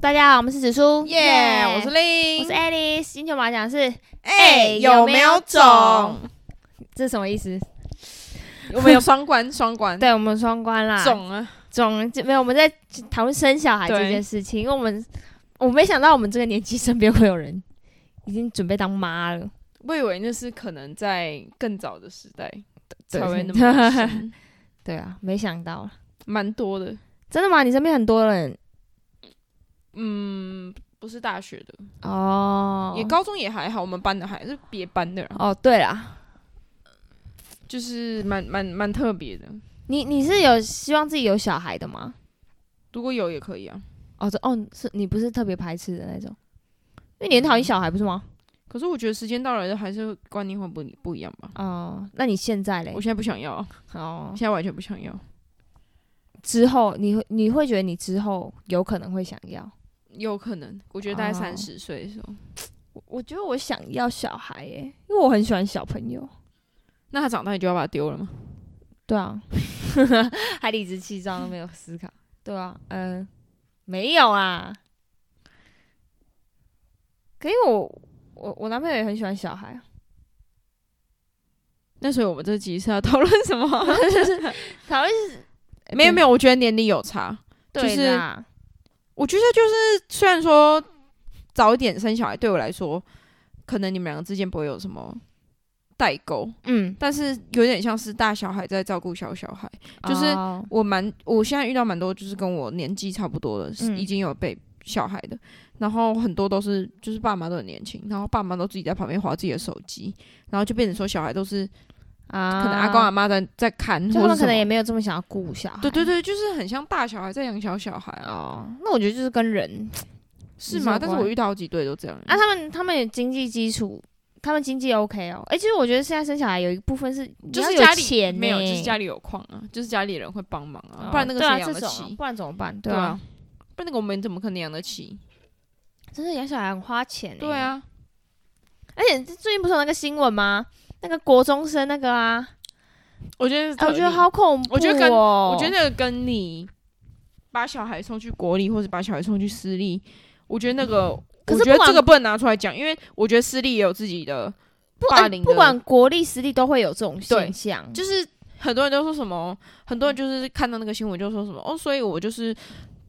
大家好，我们是紫苏，耶、我是令，我是 Alice，金球马奖是哎、有没有种？？这是什么意思？我们有双关，双 关，对我们双关啦，种啊，总没有我们在讨论生小孩这对件事情，因为我们我没想到我们这个年纪身边会有人 已经准备当妈了，我以为那是可能在更早的时代对才会那么深 对啊，没想到，蛮多的，真的吗？你身边很多人 嗯，不是大学的，哦也高中也还好，我们班的还是别班的啦，哦，对啦，就是蛮蛮蛮特别的。你你是有希望自己有小孩的吗？如果有也可以啊，哦，这哦是你不是特别排斥的那种，因为你很讨厌嗯小孩不是吗？可是我觉得时间到了，还是观念会不不一样吧。哦，那你现在嘞我？现在不想要啊，哦现，在完全不想要。之后你会你会觉得你之后有可能会想要？有可能，我觉得大概哦三十岁的时候，我我觉得我想要小孩耶、因为我很喜欢小朋友。那他长大你就要把他丢了吗？对 啊，还理直气壮都没有思考。对啊，嗯、没有啊。可因为我我我男朋友也很喜欢小孩 啊，那所以我们这集是要 讨论什么？讨论 没有没有，我觉得年龄有差。对就是啦我觉得就是虽然说早一点生小孩对我来说，可能你们两个之间不会有什么代沟，嗯，但是有点像是大小孩在照顾小小孩。就是哦我蛮，我现在遇到蛮多就是跟我年纪差不多的，嗯已经有被小孩的，然后很多都是就是爸妈都很年轻，然后爸妈都自己在旁边划自己的手机，然后就变成说小孩都是啊，可能阿公阿妈在在看，就或他们可者什能么也没有这么想要顾小孩。对对对，就是很像大小孩在养小小孩啊，哦，那我觉得就是跟人是有吗？关但是我遇到好几对都这样，啊，他们他们有经济基础，他们经济 OK 哦。哎、其实我觉得现在生小孩有一部分是你就要是有家里钱呢、没有，就是家里有矿啊，就是家里人会帮忙啊，不然那个对啊谁养这得种起？不然怎么办？对对啊，嗯啊，不然那个我们怎么可能养得起？真的养小孩很花钱、欸。对，啊，而且最近不是有那个新闻吗？那个国中生那个啊，我觉得哎我觉得好恐怖、哦。我觉得跟我我觉得那个跟你把小孩送去国立或者把小孩送去私立，我觉得那个，可是我不觉得管这个不能拿出来讲，因为我觉得私立也有自己的不霸管凌的不管国力实力都会有这种对现象，就是很多人都说什么，很多人就是看到那个新闻就说什么哦，所以我就是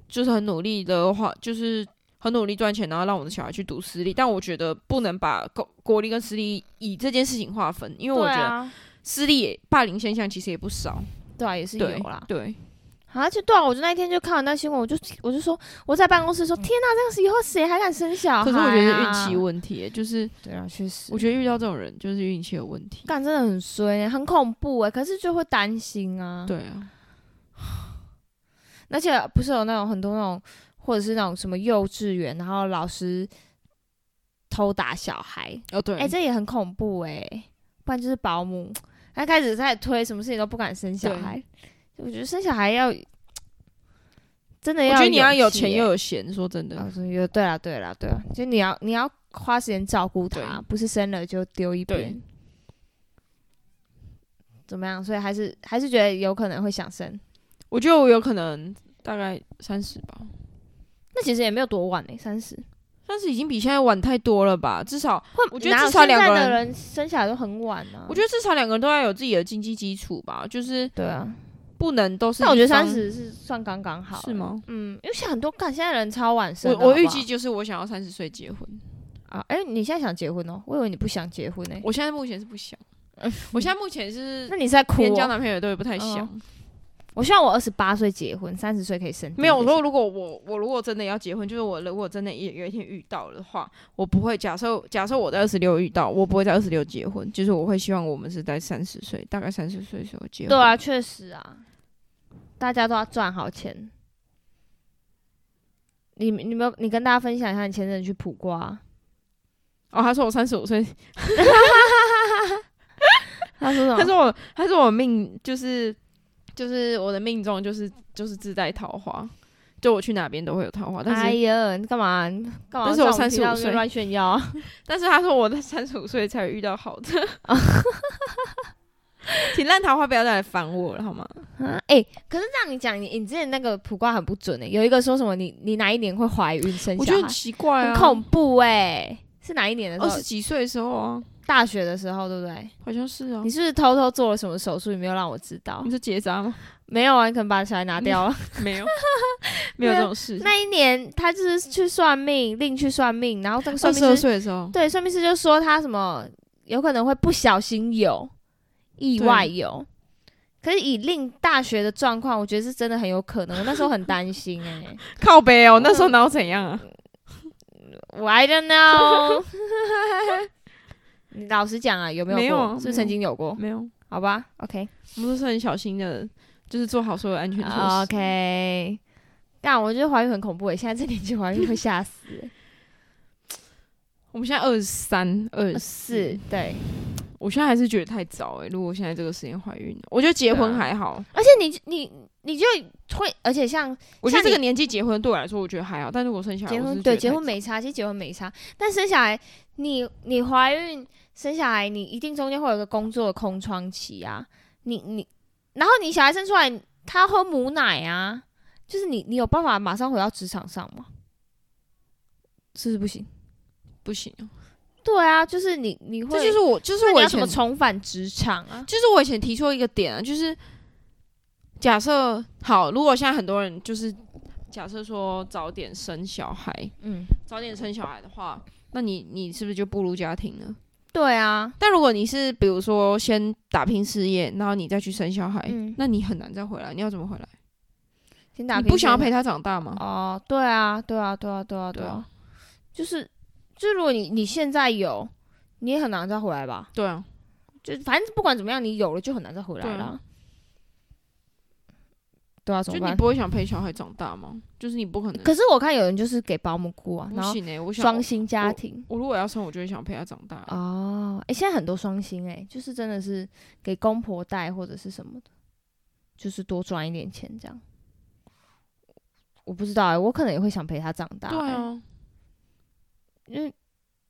就是很努力的话，就是很努力赚钱，然后让我的小孩去读私立。但我觉得不能把国国立跟私立以这件事情划分，因为我对觉得啊，私立也霸凌现象其实也不少，对啊，也是有对啦。对，啊，就对啊，我就那一天就看完那新闻，我就我就说我在办公室说，天啊哪、这样子以后谁还敢生小孩、啊？嗯可是我觉得是运气问题耶，就是对啊，确实，我觉得遇到这种人就是运气有问题。干真的很衰、欸，很恐怖哎、可是就会担心啊。，对啊，而且不是有那种很多那种，或者是那种什么幼稚园，然后老师偷打小孩，哦对，哎、这也很恐怖哎、不然就是保姆，他开始在推什么事情都不敢生小孩。我觉得生小孩要真的我要、觉得你要有钱欸又有闲，说真的，啊，所以有对啦，对啦，对啦，就你要你要花时间照顾他对，不是生了就丢一对边。怎么样？所以还是还是觉得有可能会想生，我觉得我有可能大概三十吧，那其实也没有多晚呢、欸，三十。但是已经比现在晚太多了吧？至少会我觉得哪有至少两个现在的人人生下来都很晚啊。我觉得至少两个人都要有自己的经济基础吧，就是对啊，不能都是。但我觉得三，十是算刚刚好，是吗？嗯，因为现在很多干，现在人超晚生我的。好我不预好计就是我想要三十岁结婚，啊，哎、你现在想结婚哦？我以为你不想结婚呢、欸我现在目前是不 想，我现在目前是那你是在哭、连交哦？男朋友都不太想。我希望我二十八岁结婚，三十岁可以生第一个小孩。没有，我说如果我我如果真的要结婚，就是我如果真的也有一天遇到的话，我不会假设假设我在二十六遇到，我不会在二十六结婚，就是我会希望我们是在三十岁，大概三十岁的时候结婚。对啊，确实啊，大家都要赚好钱。你你没有你跟大家分享一下你前阵子去卜卦啊、哦，他说我三十五岁，他说什他么？说我他说我命就是就是我的命中就是就是自带桃花，就我去哪边都会有桃花，但是、哎呀，你干嘛你干嘛？但是我35岁乱炫耀 啊。但是他说我在三十五 岁才会遇到好的，请烂桃花不要再来烦我了好吗？啊，哎、可是让你讲，你你之前那个普卦很不准哎、有一个说什么你你哪一年会怀孕生我小觉孩，得很奇怪啊，哦很恐怖哦哎、是哪一年的时二候十？几岁的时候啊，大学的时候，对不对？好像是啊你，是不是偷偷做了什么手术？你没有让我知道你？是结扎吗？没有啊，你可能把小孩拿掉了。没有，没有这种事。那一年他就是去算命，另去算命，然后那个算二命十师二岁的时候，对，算命师就说他什么有可能会不小心有意对外有，可是以令大学的状况，我觉得是真的很有可能。我那时候很担心哎、 靠背哦，那嗯时候哪有怎样啊？我 I don't know 。你老实讲啊，有没有过？没有啊是不没是有曾经有过？没有，好吧，OK 我们都是很小心的，就是做好所有安全措施。哦 OK。但我觉得怀孕很恐怖诶、哎现在这年纪怀孕会吓死、 嗯欸。我们现在二十三、二十是四，，对。我现在还是觉得太早哎、如果我现在这个时间怀孕，我觉得结啊婚还好，而且你你你就会，而且像我像觉得你这个年纪结婚对我来说我觉得还好，但如果生小孩，结我是婚觉得对结太婚没差，其实结婚没差，但生小孩，你你怀孕生小孩，你一定中间会有一个工作的空窗期啊。你你，然后你小孩生出来，他喝母奶啊，就是你你有办法马上回到职场上吗？是不是不行？不行啊，对啊，就是你你会，这就是我，就是那你我以要怎前么重返职场啊？就是我以前提出一个点啊，就是假设好，如果现在很多人就是假设说早点生小孩，嗯，早点生小孩的话，那你你是不是就步入家庭了？对啊，但如果你是比如说先打拼事业，然后你再去生小孩，嗯那你很难再回来，你要怎么回来？先打你拼不想要先陪他长大吗？哦，对啊，对啊，对啊，对啊，对嗯对啊啊，就是就是，如果你你现在有，你也很难再回来吧？对啊，就反正不管怎么样，你有了就很难再回来对啊了。对啊，怎就么你办？不会想陪小孩长大吗？就是你不可能。可是我看有人就是给保姆雇啊，不然后行哎、我想双薪家庭我如果要生，我就会想陪他长大。哦，哎、现在很多双薪哎，就是真的是给公婆带或者是什么的，就是多赚一点钱这样。我不知道哎、我可能也会想陪他长大、对哎啊，因为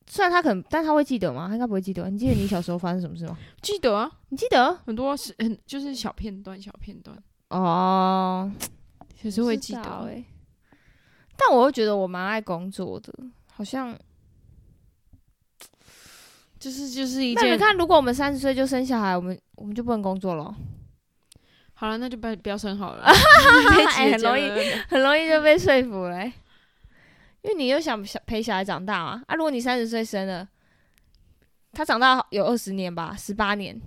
虽然他可能，但他会记得吗？他应该不会记得。你记得你小时候发生什么事吗？记得啊， 你记得很多是很就是小片段，小片段。哦，其只实会记得啊欸哎、但我又觉得我蛮爱工作的，好像。就是就是一那你件。看，如果我们三十岁就生小孩，我们我们就不能工作 了，好了，那就不要不要 生好了，这一集哎的很结容易论很容易就被说服了欸、因为你又想想陪小孩长大嘛。啊，如果你三十岁生了，他长大有二十年吧，十八年，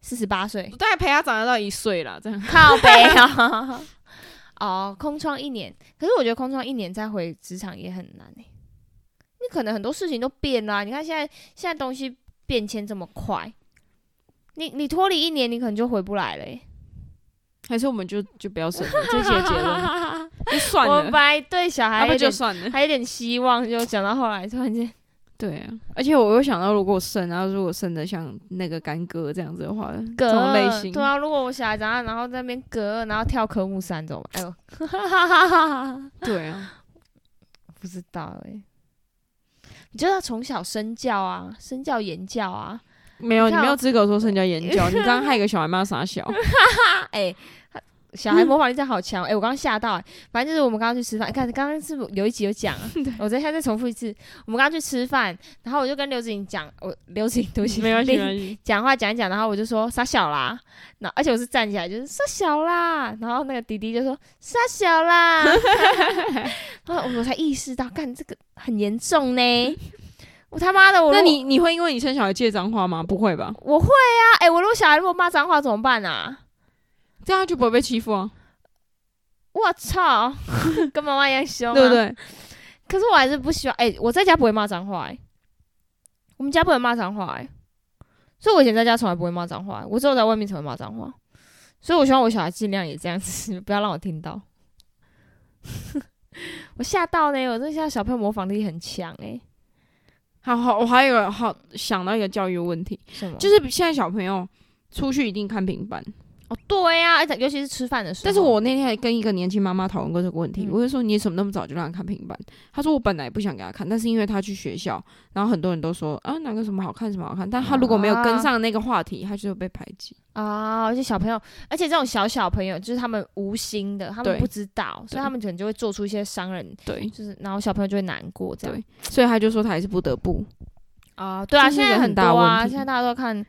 四十八岁我，大概啊陪他长大到一岁啦，这样。 靠背啊、 哦，空窗一年，可是我觉得空窗一年再回职场也很难、欸、你可能很多事情都变了啊、你看现在现在东西变迁这么快，你你脱离一年，你可能就回不来了、欸。还是我们就就不要生了，这一集的结论 就算我本了，来对小要孩不有就点算了。还有点希望，就讲到后来突然间，对啊，而且我又想到，如果生，然后如果生的像那个干哥这样子的话，隔 这种类型，对啊，如果我小孩长大，然后在那边隔，然后跳科目三，怎么办？哎 呦，对 啊，不知道哎、你就要从小身教啊，身教言教啊。没有，你你看没有我资格说是人家眼角，你刚刚害个小孩骂 傻笑，啊，哎、他小嗯孩模仿力真的好强！哎、我刚刚吓到、哎，反正就是我们刚刚去吃饭，哎你看刚刚是不是有一集有 讲啊？我再现在再重复一次，我们刚刚去吃饭，然后我就跟刘子颖讲，我刘子颖对不起，没 关系，没刘子颖关系，讲话讲一讲，然后我就说傻小啦，那而且我是站起来就是傻小啦，然后那个弟弟就说傻小 啦，然后我才意识到，干这个很严重呢，我他妈的我如果， 那你你会因为你生小孩借脏话吗？不会吧？我会啊，哎、我如果小孩如果骂脏话怎么办啊？这样他就不会被欺负啊，我操， 跟妈妈一样凶、啊，对不？对？可是我还是不喜欢。哎、我在家不会骂脏话、欸，我们家不能骂脏话、欸，所以我以前在家从来不会骂脏话、哎我只有在外面才会骂脏话。所以我希望我小孩尽量也这样子，不要让我听到。 我吓到呢，我真的吓到小朋友模仿力很强哎、好好，我还有一个好想到一个教育问题，什么？就是现在小朋友出去一定看平板，哦，对呀、而且尤其是吃饭的时候。但是我那天还跟一个年轻妈妈讨论过这个问题，嗯我就说你怎么那么早就让她看平板？她说我本来不想给她看，但是因为她去学校，然后很多人都说啊哪个什么好看什么好看，但她如果没有跟上那个话题，她就会被排挤。啊、而且小朋友，而且这种小小朋友就是他们无心的，他们对不知道，所以他们可能就会做出一些伤人，对，就是然后小朋友就会难过这样。对所以她就说她还是不得不。啊、对啊，这是现一在个很很多大问啊，题现在大家都看，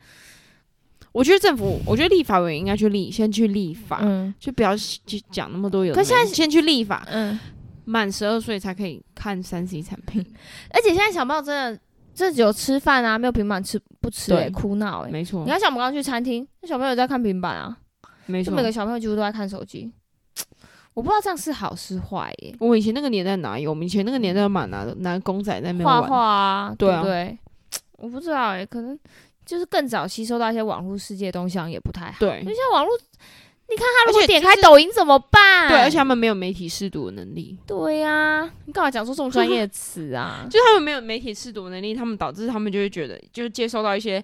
我觉得政府，我觉得立法委员应该去立，先去立法，嗯就不要去讲那么多有的可没的。是现在先去立法，嗯，满十二岁才可以看三 C 产品。而且现在小朋友真的，这只有吃饭啊，没有平板吃不吃、欸，对哭闹哎、没错你，看像我们刚刚去餐厅，那小朋友在看平板啊，没就错每。个小朋友几乎都在看手机，我不知道这样是好是坏欸耶、我以前那个年代哪有？我们以前那个年代嘛，拿拿公仔在那边画玩。画啊，对对啊不对？我不知道哎、可能就是更早吸收到一些网络世界的东西，好像也不太好。对 就像网络，你看他而如果且点就是开抖音怎么办？对，而且他们没有媒体试读的能力，对呀、你干嘛讲出这种 专业词啊？就他们没有媒体试读的能力，他们导致他们就会觉得，就是接收到一些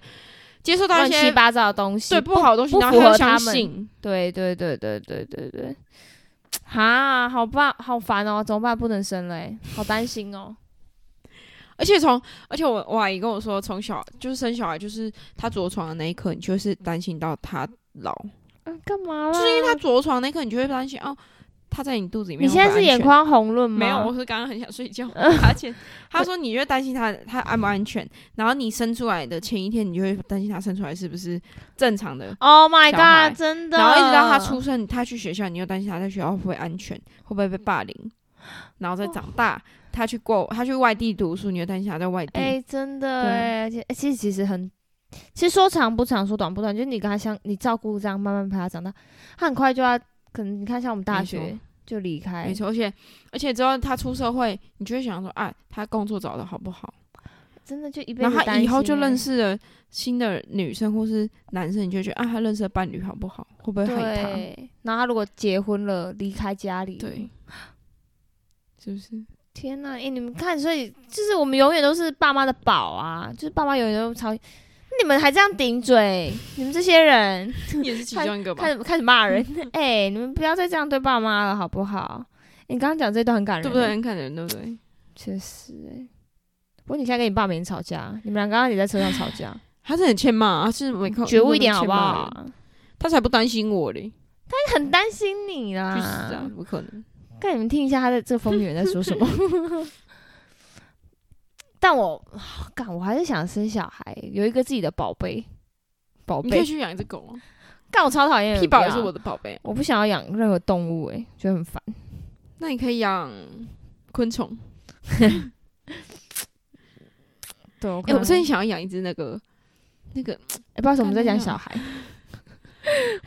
接收到乱一七些八糟的东西，对不好的东西，不然符后他合又相他们信。对对对对对对对，哈，好吧，好烦哦，怎么办？不能生了、欸，好担心哦。而且从而且我我阿姨跟我说，从小就是生小孩，就是她着床的那一刻，你就会是担心到她老，嗯，干嘛啦？就是因为她着床那一刻，你就会担心哦，她在你肚子里面。你现在是眼？眶红润吗？没有，我是刚刚很想睡觉，而 且她说你就会担心她她安不安全，然后你生出来的前一天，你就会担心她生出来是不是正常的， ，Oh my 小孩 god，真的。然后一直到嗯她出生，她去学校，你又担心她在学校会不会安全，会不会被霸凌，然后再哦长大，她去过她去外地读书，你又担心她在外地。哎、真的对啊哎、而且而且其实很，其实说长不长，说短不短，就是你跟他相，你照顾这样慢慢陪他长大，他很快就要，可能你看像我们大没错学哎就离开，没错，而且而且之后他出社会，你就会想说，啊，他工作找的好不好？真的就一辈然子、欸后他以后就认识，识了新的女生或是男生，你就会觉得啊，他认识的伴侣好不好？会不会害他？对，然后他如果结婚了，离开家里，对，是不是？ 天呐，哎、你们看，所以就是我们永远都是爸妈的宝啊，就是爸妈永远都超，你们还这样顶 嘴，你们这些人也是其中一个吧开，始开始骂 人，哎、你们不要再这样对爸妈了，好不好？你刚刚讲这段很感人，对不对？？很感人，对不对？确实、欸，不过你现在跟你爸每天吵架，你们俩刚刚也在车上吵 架，他是很欠骂，他是没空嗯觉悟一点好欠不骂好人？他才不担心我嘞，他很担心你啦，去死啊！不可能。看你们听一下他在这个疯女人在说什么。 但我干，我还是想生小孩，有一个自己的宝贝。宝你可以贝，去养一只狗啊，干我超讨厌。屁宝也不是要我，的宝贝。我不想要养任何动物、欸，觉得很烦。那你可以养昆虫。对，我哎哎，我最近想要养一只那个那个，不知道什么在讲小 孩，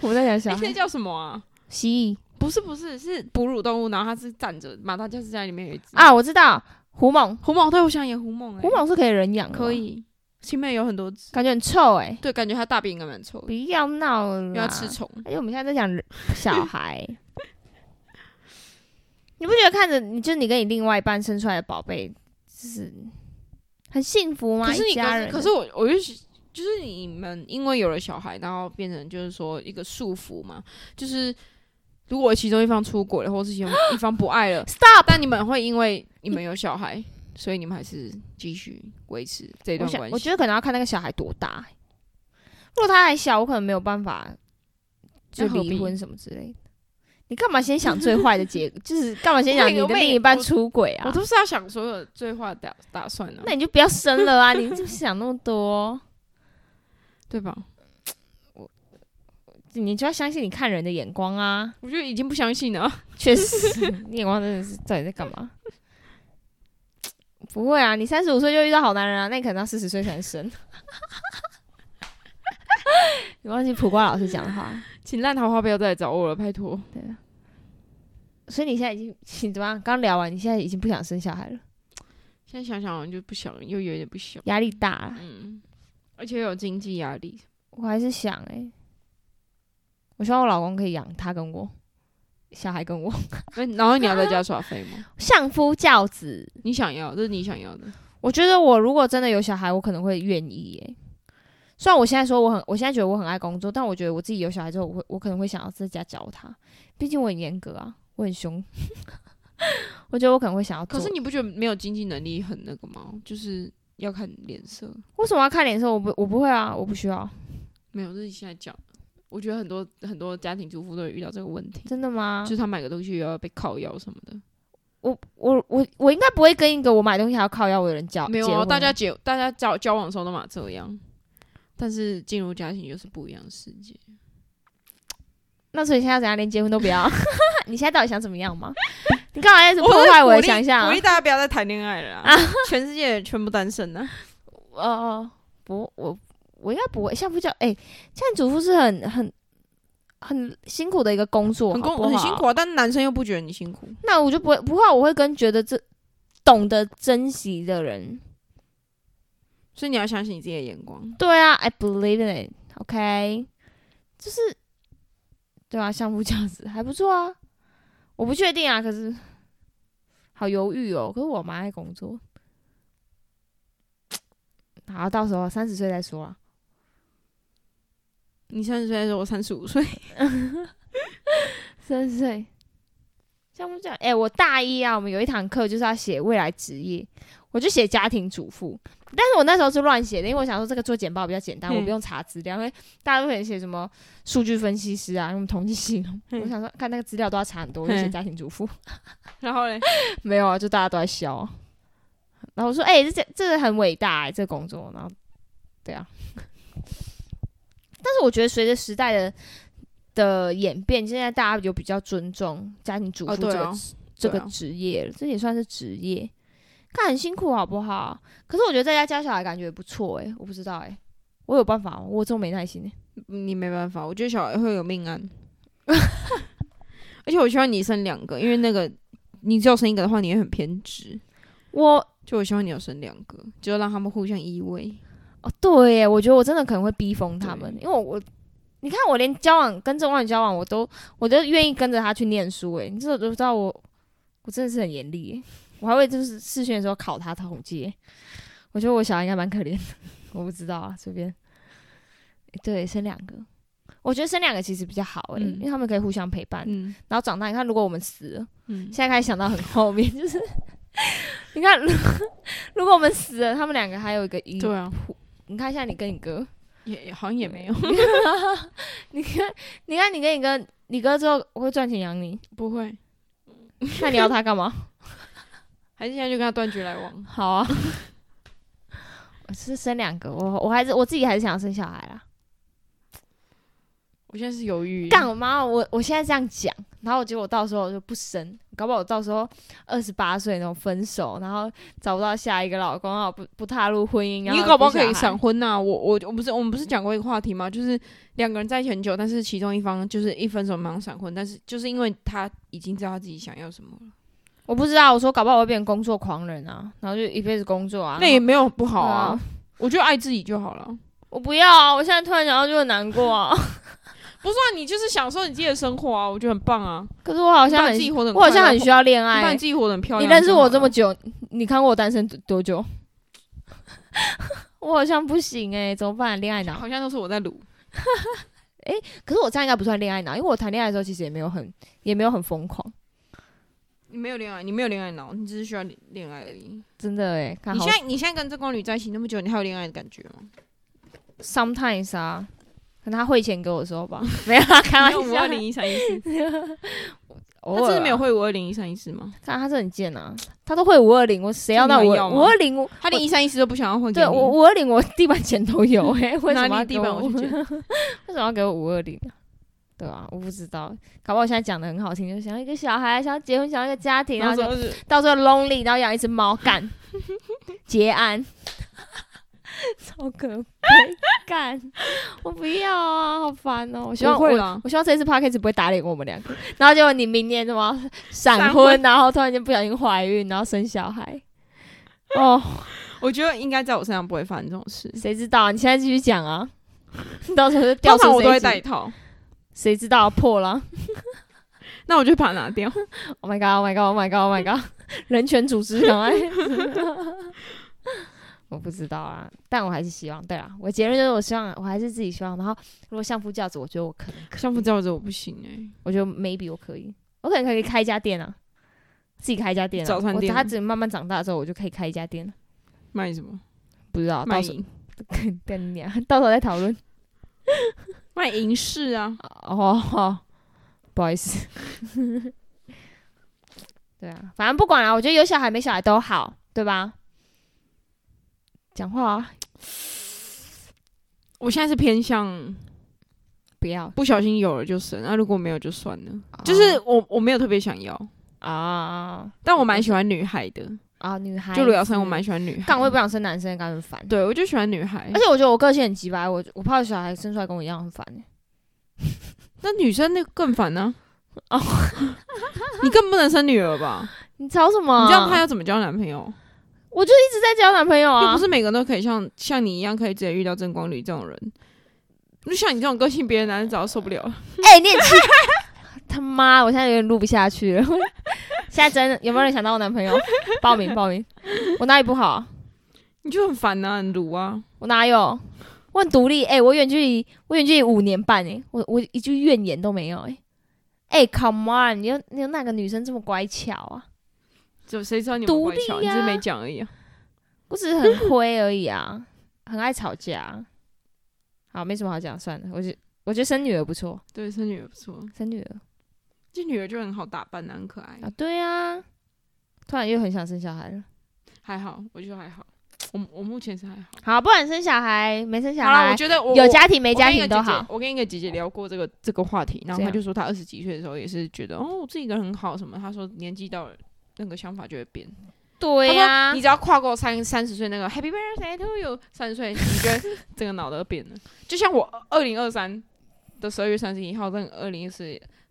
我们在讲小哎，那孩，叫什么啊？蜥蜴不是不是，是哺乳动物，然后它是站着，马达加斯加里面有一只啊，我知道，狐獴，狐獴，对我想养狐獴、欸，狐獴是可以人养的，可，以，前面有很多只，感觉很臭哎、对，感觉它大便应该蛮臭不的，要闹了因啦，为它吃虫。而且我们现在在讲人 小孩，你不觉得看着你就是你跟你另外一半生出来的宝贝，就是很幸福吗？可是你一家可人，是可是我我就就是你们因为有了小孩，然后变成就是说一个束缚嘛，就是如果其中一方出轨了，或是其中一方不爱了 stop，但你们会因为你们有小孩，所以你们还是继续维持这我段想关我系。觉得可能要看那个小孩多大、欸如果他还小，我可能没有办法就那何必离婚什么之类的。你干嘛先想最坏的 结果？就是干嘛先想我你也的我也另一半我出轨啊我？都是要想所有最坏的打打算了、那你就不要生了啊！你就想那么多， 对吧？你就要相信你看人的眼光啊。我就已经不相信了。 确实， 你眼光真的是到底在干嘛？ 不会啊，你三十五岁就遇到好男人啊，那你可能要四十岁才能生。 你忘记普瓜老师讲的话，请烂桃花不要再来找我了，拜托。所以你现在已经你怎么样？刚聊完，你现在已经不想生小孩了，现在想想我就不想，又有点不想，压力大了。嗯，而且又有经济压力，我还是想哎、我希望我老公可以养他跟我，小孩跟我，那然后你要在家耍废吗？相夫教子。你想要，这是你想要的，我觉得我如果真的有小孩，我可能会愿意耶、虽然我现在说我很，我现在觉得我很爱工作，但我觉得我自己有小孩之后，我会我可能会想要在家教他，毕竟我很严格啊，我很凶， 我觉得我可能会想要做。可是你不觉得没有经济能力很那个吗？就是要看脸色。为什么要看脸色？我不我不会啊，我不需要。没有，这是现在讲的。我觉得很多很多家庭主妇都会遇到这个问题，真的吗就？是他买个东西又要被靠腰什么的。我我我我应该不会跟一个我买东西还要靠腰我的人交没有结啊，婚大家结大家交交往的时候都嘛这样，但是进入家庭又是不一样的世界。那所以现在怎样连结婚都不要？ 你现在到底想怎么样 吗？你干嘛一直破坏我的想象啊？鼓励大家不要再谈恋爱了啊！全世界全部单身啊！哦哦，不，我我应该不会，相夫教哎，现在主妇是很很很辛苦的一个工作，很好工不好很辛苦。啊，但男生又不觉得你辛苦。那我就不会不会啊，我会跟觉得这懂得珍惜的人。所以你要相信你自己的眼光。对啊，I believe in it，OK，、就是对啊，相夫教子还不错啊。我不确定啊，可是好犹豫哦。可是我蛮爱工作，好，到时候三十岁再说啊。你三十岁的时候，我三十五岁，三十岁，像不像？哎、我大一啊，我们有一堂课就是要写未来职业，我就写家庭主妇，但是我那时候是乱写的，因为我想说这个做简报比较简单，嗯我不用查资料，因为大家都可以写什么数据分析师啊，什么统计系统，嗯我想说看那个资料都要查很多，我就写嗯家庭主妇，然后嘞，没有啊，就大家都在笑啊。然后我说，哎、这这这个很伟大、欸，这个工作，然后对啊。 但是我觉得随着时代的的演变，现在大家有比较尊重家庭主妇哦这对个、啊，这个对啊职业了，这也算是职业，看很辛苦好不好？可是我觉得在家教小孩感觉不错诶、我不知道诶、我有办法吗，我这么没耐心、欸、嗯你没办法，我觉得小孩会有命案。 而且我希望你生两个，因为那个你只有生一个的话，你会很偏执。我就我希望你有生两个，就让他们互相依偎。哦，对耶，我觉得我真的可能会逼疯他对们，因为我我，你看我连交往跟郑万交往，我都我都愿意跟着他去念书，哎，你这都知道我，我真的是很严厉耶，我还会就是试训的时候考他统计耶，我觉得我小孩应该蛮可怜的，我不知道啊，随便，对，生两个，我觉得生两个其实比较好哎，嗯因为他们可以互相陪伴，嗯然后长大，你看如果我们死了，嗯现在开始想到很后面，就是 你看如如果我们死了，他们两个还 有一个 E，遗对啊，嗯你看一下你跟你哥，也好像也没有，你看，你看你跟你哥，你哥之后会赚钱养你， 不会，那你要他干嘛？还是现在就跟他断绝来往。好啊，我是生两个，我我还是我自己还是想要生小孩啦。我现在是犹豫，干我妈，我我现在这样讲，然后结果到时候我就不生，搞不好我到时候二十八岁然后分手，然后找不到下一个老公，然后不不踏入婚姻，然你后搞不好有小可以孩闪婚呐、我我我不是我们不是讲过一个话题吗？就是两个人在一起很久，但是其中一方就是一分手马上闪婚，但是就是因为他已经知道他自己想要什么了，我不知道，我说搞不好我会变成工作狂人啊，然后就一辈子工作啊。那也没有不好对啊啊。我就爱自己就好了。我不要啊！我现在突然想到就很难过啊。不是啊，你就是享受你自己的生活啊，我觉得很棒啊。可是我好你像把很自己活得很我好像快乐很需要恋你把爱欸你。自己活得很漂你亮。认识我这么，久，你看过我单身多多久？我好像不行哎、怎么办？恋爱脑？好像都是我在撸。可是我这样应该不算恋爱脑，因为我谈恋爱的时候其实也没有很也没有很疯狂，你没有恋爱，你没有恋爱脑，你只是需要恋恋爱而已。真的哎、看你好现在你现在跟这光女在一起那么久，你还有恋爱的感觉吗？ sometimes 啊，可能他汇钱给我的时候 吧，没有啊，开玩五二笑 零，一三一四，偶尔他啊真的没有，会五二零一三一四吗？看他是很贱啊，他都会五二零，我谁要到这五你还要吗五二零？我他连一三一四都不想要会给对你。我五二零，我地板钱都有 哎、为什么要拿你给地板我去 捡。为什么要给我五二零？对啊，我不知道，搞不好我现在讲的很好听，就想要一个小孩，想要结婚，想要一个家庭，然后就就是到最后 lonely，然后养一只猫干， 结案， 超可悲， 干，我不要啊，好烦哦、我希望不会我啦我希望这次 p o d c a s 不会打脸我们两个，然后结果你明年什么闪闪婚，婚然后突然间不小心怀孕，然后生小孩，哦，我觉得应该在我身上不会发生这种事。谁知道啊？你现在继续讲啊， 到时候就掉出通常我谁都会几戴套，谁知道破了。那我就把它拿 掉。 Oh my god! Oh my god! Oh my god! Oh my god! 人权组织，赶快！ 我不知道啊，但我还是希望。对啊，我结论就是我希望，我还是自己希望。然后如果相夫教子，我觉得我可能可以，相夫教子我不行哎、我觉得 maybe 我可以，我可能可以开一家店啊，自己开一家店、啊。早餐店我他只慢慢长大之后，我就可以开一家店了。卖什么？不知道，卖到时候淫， 跟跟你啊，到时候再讨论。卖银饰啊！哦，哦不好意思。 对啊，反正不管啊，我觉得有小孩没小孩都好，对吧？讲话、啊、我现在是偏向不要，不小心有了就生，那、如果没有就算了。就是我我没有特别想要，啊但我蛮喜欢女孩的。啊，女孩就如卢瑶生，我蛮喜欢女孩。干，我也不想生男生，感觉很烦。对，我就喜欢女孩而。且我觉得我个性很急白，我我怕小孩生出来跟我一样很烦、欸。那女生那更烦呢、 哦，你更不能生女儿吧？你吵什么啊？你这样她要怎么交男朋友？我就一直在交男朋友又啊不。是每个人都可以像像你一样可以直接遇到正光女这种人。就像你这种个性，别的男人早就受不了了。哎、你也气 他妈！我现在有点录不下去了。 现在真的有没有人想当我男朋友？报名报名，我哪里不好啊、你就很烦呐、很毒啊。我哪有？我很独立，哎、我远距离，我远距离五年半、哎，我我一句怨言都没有、哎，哎、c o m e on，你有你有哪个女生这么乖巧啊？就谁知道你有没有独乖巧，立你啊只是没讲而已、啊。我只是很灰而已啊， 很爱吵架啊。好，没什么好讲，算了，我觉我觉得生女儿不错，对，生女儿不错，生女儿这女儿就很好打扮、啊，很可爱。啊，对啊，突然又很想生小孩了。还好，我觉得还好。我我目前是还好。好，不管生小孩没生小好啦，我孩，觉得我有我家庭没我家跟一庭都个姐姐好。啊我跟一个姐姐聊过这个这个话题，然后这她样就说她二十几岁的时候也是觉得哦自己一个人很好什么，她说年纪到了那个想法就会变。她对啊说呀、你只要跨过三三十岁那个 Happy Birthday to you 三十岁，你觉得整个脑袋都变了。就像我二零二三的十二月三十一号跟二零一四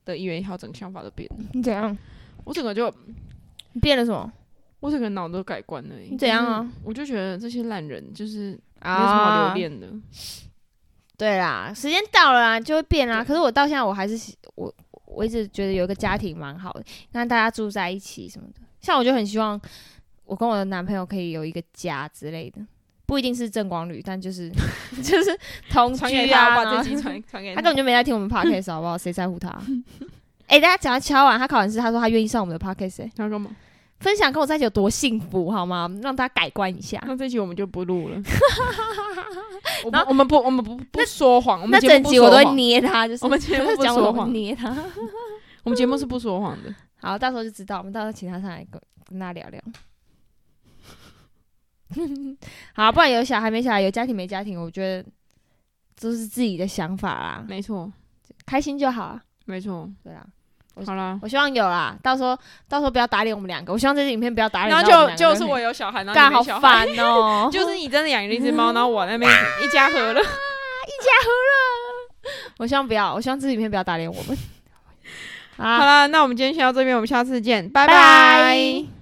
的一月一号，整个想法都变了。你怎样？我整个就你变了什么？我整个脑都改观了。欸你怎样啊？我就觉得这些烂人就是没什么好留恋的。对啦，时间到了啊，就会变啦。可是我到现在我还是喜我我一直觉得有一个家庭蛮好的，让大家住在一起什么的。像我就很希望我跟我的男朋友可以有一个家之类的，不一定是正光旅，但就是 就是同传给居他，啊。我然把这 后集传传给他根本就没在听我们 podcast 好不好？谁在乎他？ 哎、大家讲到敲完，他考完试，他说他愿意上我们的 podcast，、欸、他干嘛？分享跟我在一起有多幸福好吗？让大家改观一下。那这集我们就不 录了。我然们我们不我们不不说谎，我那们节整目不集我说都会谎，捏他，就是我们节目他不讲说我我谎捏他。我们节目是不说谎的。好，到时候就知道，我们到时候请他上来跟跟他聊聊。 好，不然有小孩没小孩，有家庭没家庭，我觉得都是自己的想法啦，没错，开心就好啊。没错。对啦，好啦，我希望有啦，到时候到时候不要打脸我们两个，我希望这支影片不要打脸然到我后们就两个人。就是我有小孩，然后干你没好小孩，，烦哦 就是你真的养了一只 猫，然后我那边一家和乐。我希望不要，我希望这支影片 不要打脸我们。好好啦，啦，那我们今天先到这边，我们下次见，拜拜拜